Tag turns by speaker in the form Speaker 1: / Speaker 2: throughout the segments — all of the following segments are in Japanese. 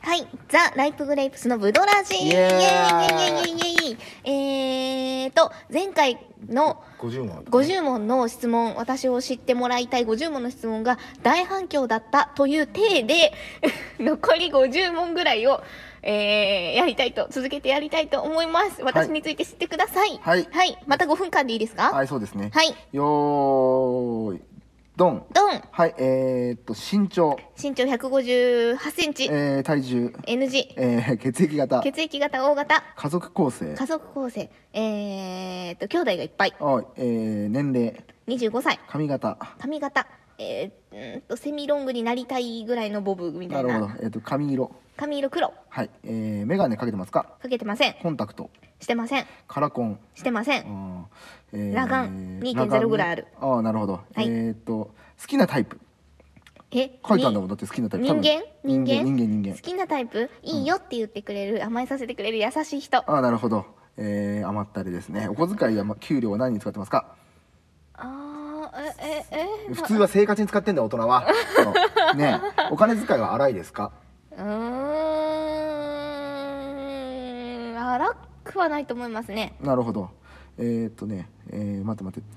Speaker 1: はい、ザ・ライプグレイプスのブドラジ
Speaker 2: イエー
Speaker 1: イ
Speaker 2: イ
Speaker 1: エーイイエーイイエーイイエーイえーと、前回の
Speaker 2: 50問あった
Speaker 1: 50問の質問、私を知ってもらいたい50問の質問が大反響だったという体で、 残り50問ぐらいを、えー、やりたいと、続けてやりたいと思います。私について知ってください。
Speaker 2: はい
Speaker 1: また5分間でいいですか。
Speaker 2: はいいそうですね、
Speaker 1: はい。
Speaker 2: よーいドン
Speaker 1: ドン。
Speaker 2: はいえー、っと身長、
Speaker 1: 身長158センチ。
Speaker 2: えー、体重、
Speaker 1: NG。
Speaker 2: えー、 血液型
Speaker 1: 血液型 O 型。
Speaker 2: 家族構成
Speaker 1: 家族構成えー、っと兄弟がいっぱい
Speaker 2: おい、えー、年齢
Speaker 1: 25歳
Speaker 2: 髪型
Speaker 1: 髪型えー、うーんとセミロングになりたいぐらいのボブみた
Speaker 2: ないるほ
Speaker 1: な
Speaker 2: ど、えー、っと髪色
Speaker 1: 髪色黒
Speaker 2: はい、えー、眼鏡かけてますか
Speaker 1: かけてません
Speaker 2: コンタクト
Speaker 1: してません
Speaker 2: カラコン
Speaker 1: してません
Speaker 2: あーえー
Speaker 1: 裸眼2.0
Speaker 2: 裸眼
Speaker 1: ぐらいある
Speaker 2: ああなるほど、
Speaker 1: い
Speaker 2: えー、っと好きなタイプ
Speaker 1: え
Speaker 2: 書いたんだもんだって好きなタイプ多分
Speaker 1: 人間人間
Speaker 2: 人間人間
Speaker 1: 好きなタイプいいよって言ってくれる、甘えさせてくれる優しい人あ
Speaker 2: ああなるほど、えー、余ったれですねお小遣いやま給料は何に使ってますか
Speaker 1: あーえええ
Speaker 2: 普通は生活に使ってんだよ大人はそうねえお金遣いは荒いですか
Speaker 1: うーん荒くはないと思いますね
Speaker 2: なるほどえー、っとね、えー、待って待って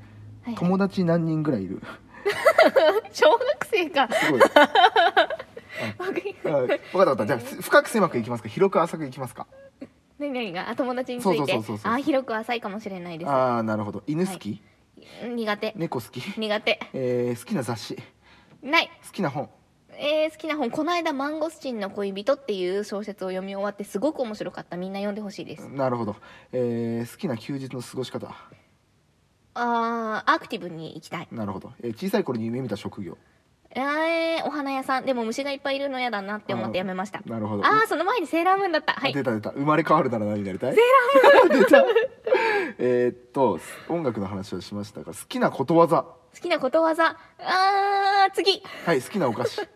Speaker 1: はい、はい、
Speaker 2: 友達何人ぐらいいる
Speaker 1: 小学生か
Speaker 2: すごい分かった分かったじゃあふ深く狭くいきますか広く浅くいきますか
Speaker 1: 何々があ友達につ
Speaker 2: そ
Speaker 1: いう
Speaker 2: そうそ
Speaker 1: て
Speaker 2: うそうそう
Speaker 1: あー広く浅いかもしれないです
Speaker 2: ああなるほど犬好き、
Speaker 1: 苦手
Speaker 2: 猫好き、
Speaker 1: 苦手
Speaker 2: えー、好きな雑誌好
Speaker 1: ない、
Speaker 2: きな本
Speaker 1: えー好きな本この間「マンゴスチンの恋人」っていう小説を読み終わってすごく面白かったみんな読んでほしいです
Speaker 2: なるほど、えー、好きな休日の過ごし方
Speaker 1: あーアクティブに行きたい
Speaker 2: なるほど、えー、小さい頃に夢見た職業
Speaker 1: えー、お花屋さんでも虫がいっぱいいるの嫌だなって思ってやめましたあ
Speaker 2: なるほど
Speaker 1: ーその前にセーラームーンだったはい
Speaker 2: 出た出た生まれ変わるなら何になりたいセーラームーン 出たえーっと音楽の話をしましたが好きなことわざ
Speaker 1: 好きなことわざあー次好
Speaker 2: はい好きなお菓子好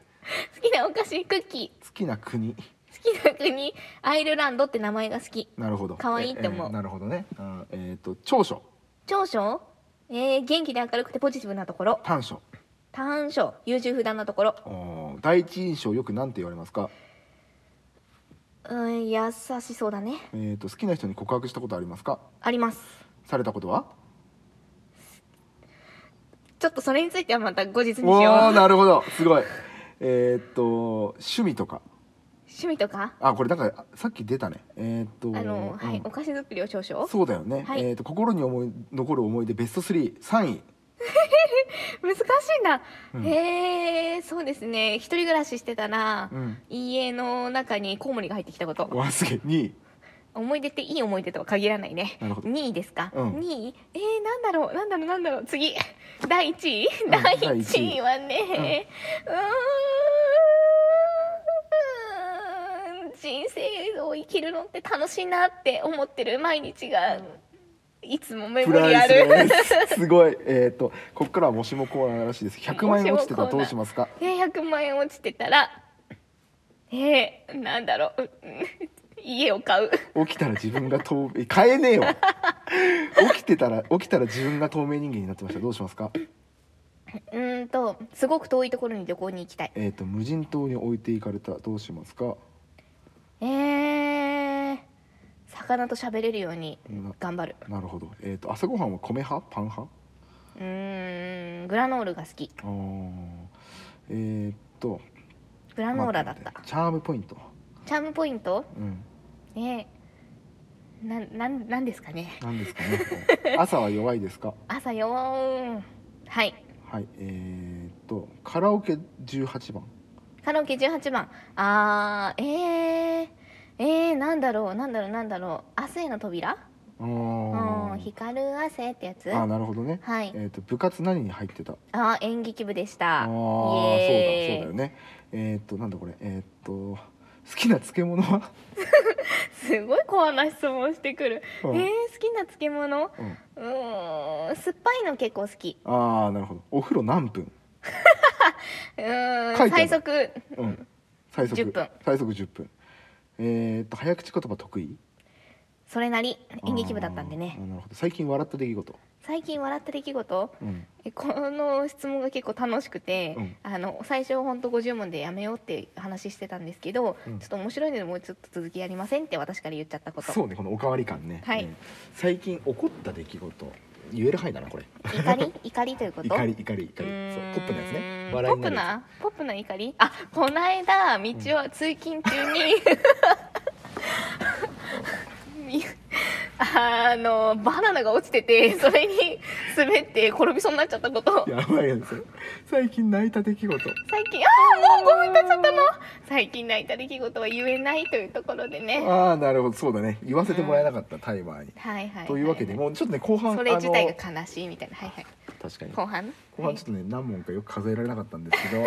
Speaker 1: きなお菓子クッキ
Speaker 2: きな国
Speaker 1: ー好きな国アイルランドって名前が好き
Speaker 2: なるほど
Speaker 1: 可愛いって思う
Speaker 2: えーなるほどね、うん、えーっと長所
Speaker 1: 長所えー、元気で明るくてポジティブなところ
Speaker 2: 短所
Speaker 1: 短所優柔不断なところ
Speaker 2: おー第一印象よく何て言われますか
Speaker 1: うん優しそうだね
Speaker 2: えーっと好きな人に告白したことありますか
Speaker 1: あります
Speaker 2: されたことは
Speaker 1: ちょっとそれについてはまた後日にしよう
Speaker 2: おーなるほどすごいえーっと趣味とか
Speaker 1: 趣味とか
Speaker 2: あこれなんかさっき出たねえーっと
Speaker 1: あの、はい
Speaker 2: うん
Speaker 1: お菓子作りを少々
Speaker 2: そうだよね、
Speaker 1: はい
Speaker 2: えー、と心に思い残る思い出ベスト33位
Speaker 1: 難しいな、
Speaker 2: うん
Speaker 1: へえそうですね一人暮らししてたら、
Speaker 2: うん
Speaker 1: いい家の中にコウモリが入ってきたこと
Speaker 2: わすげえ2位
Speaker 1: 思い出っていい思い出とは限らないね
Speaker 2: なるほど
Speaker 1: 2位ですか、
Speaker 2: うん
Speaker 1: 2位えー、なんだろうなんだろうなんだろう次 第1位、
Speaker 2: ん
Speaker 1: 第
Speaker 2: 第一位
Speaker 1: 1位はねうーん人生を生きるのって楽しいなって思ってる毎日がいつもメ
Speaker 2: プ
Speaker 1: モリ
Speaker 2: ラ
Speaker 1: ア
Speaker 2: イスで
Speaker 1: ル
Speaker 2: すすごいえっ、とここからはもしもコーナーらしいです100万円落ちてた
Speaker 1: も
Speaker 2: ら
Speaker 1: しもコーナー
Speaker 2: どうしますか
Speaker 1: えー100万円落ちてたらえー、なんだろううん家を買う
Speaker 2: 起きたら自分が透明変えねえわ起きてたら起きたら自分が透明人間になってましたどうしますか
Speaker 1: うーんとすごく遠いところに旅行に行きたい
Speaker 2: えっ、と無人島に置いていかれたらどうしますか
Speaker 1: えー、魚と喋れるように
Speaker 2: な
Speaker 1: 頑張る
Speaker 2: なるほどえっ、と朝ごはんは米派パン派
Speaker 1: うーんグラノールが好き
Speaker 2: あーえっ、と
Speaker 1: グラノーラだった
Speaker 2: 待てチャームポイント
Speaker 1: チャームポイント
Speaker 2: うん
Speaker 1: ねえななんなんですかね
Speaker 2: なんですかね。朝は弱いですか。
Speaker 1: 朝よーんはい
Speaker 2: はい、えー、っと、カラオケ十八番。
Speaker 1: カラオケ18番あーえー、えー、なんだろうなんだろうなんだろう「明日への扉」うん「
Speaker 2: あ
Speaker 1: 光る汗」ってやつ
Speaker 2: あ、あ、なるほどね。
Speaker 1: はい
Speaker 2: えーっと、部活何に入ってた。
Speaker 1: あー演劇部でした
Speaker 2: ああー、そうだ、そうだよ
Speaker 1: イエーイ
Speaker 2: ね。えー、っと、なんだこれ、えー、っと、好きな漬物は。
Speaker 1: すごい怖な質問してくるえ
Speaker 2: う
Speaker 1: ー、
Speaker 2: ん
Speaker 1: 好きな漬物
Speaker 2: うん
Speaker 1: うーん酸っぱいの結構好き
Speaker 2: ああ、なるほど。お風呂何分。
Speaker 1: うーん
Speaker 2: 書いてあ
Speaker 1: 最
Speaker 2: る
Speaker 1: 速
Speaker 2: うん。最速。
Speaker 1: 10分
Speaker 2: 最速十分。えー、っと、早口言葉得意。
Speaker 1: それなり演劇部だったんでね
Speaker 2: あーなるほど最近笑った出来事、
Speaker 1: 最近笑った出来事
Speaker 2: うん、
Speaker 1: えこの質問が結構楽しくて、
Speaker 2: うん
Speaker 1: あの最初本当50問でやめようって話してたんですけど、
Speaker 2: うん
Speaker 1: ちょっと面白いのでもうちょっと続きやりませんって私から言っちゃったこと
Speaker 2: そうねこのおかわり感ね、
Speaker 1: はい
Speaker 2: うん最近起こった出来事言える範囲だなこれ
Speaker 1: 怒り怒りということ
Speaker 2: 怒り怒り怒りそう
Speaker 1: ーん
Speaker 2: ポップなやつね
Speaker 1: ポ
Speaker 2: 笑い
Speaker 1: ッ
Speaker 2: に
Speaker 1: プ
Speaker 2: なる
Speaker 1: なポップな怒りあこの間道を通勤中 に、あのバナナが落ちててそれに滑って転びそうになっちゃったこと
Speaker 2: やつやばいやつ最近泣いた出来事
Speaker 1: 最近あーもう5分経っちゃったの最近泣いた出来事は言えないというところでね
Speaker 2: ああなるほどそうだね言わせてもらえなかった、タイマーに、
Speaker 1: はいはい、はい、
Speaker 2: というわけでもうちょっとね後半
Speaker 1: それ自
Speaker 2: あ
Speaker 1: 体
Speaker 2: の
Speaker 1: が悲しいみたいなはいはい
Speaker 2: 確かに
Speaker 1: 後半
Speaker 2: 後半ちょっとね何問かよく数えられなかったんで すけど、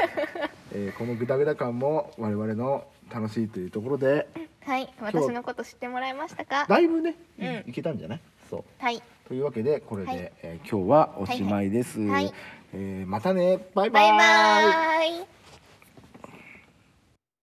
Speaker 2: えーこのグダグダ感も我々の楽しいというところで
Speaker 1: はい、はい、
Speaker 2: 日
Speaker 1: 私のこと知ってもらえましたか
Speaker 2: だいぶね、
Speaker 1: うん
Speaker 2: いけたんじゃないそう
Speaker 1: はい
Speaker 2: というわけでこれで、
Speaker 1: はい
Speaker 2: えー今日はおしまいです、
Speaker 1: はいはい
Speaker 2: えーまたねバイバ
Speaker 1: バイ
Speaker 2: イ
Speaker 1: バーイ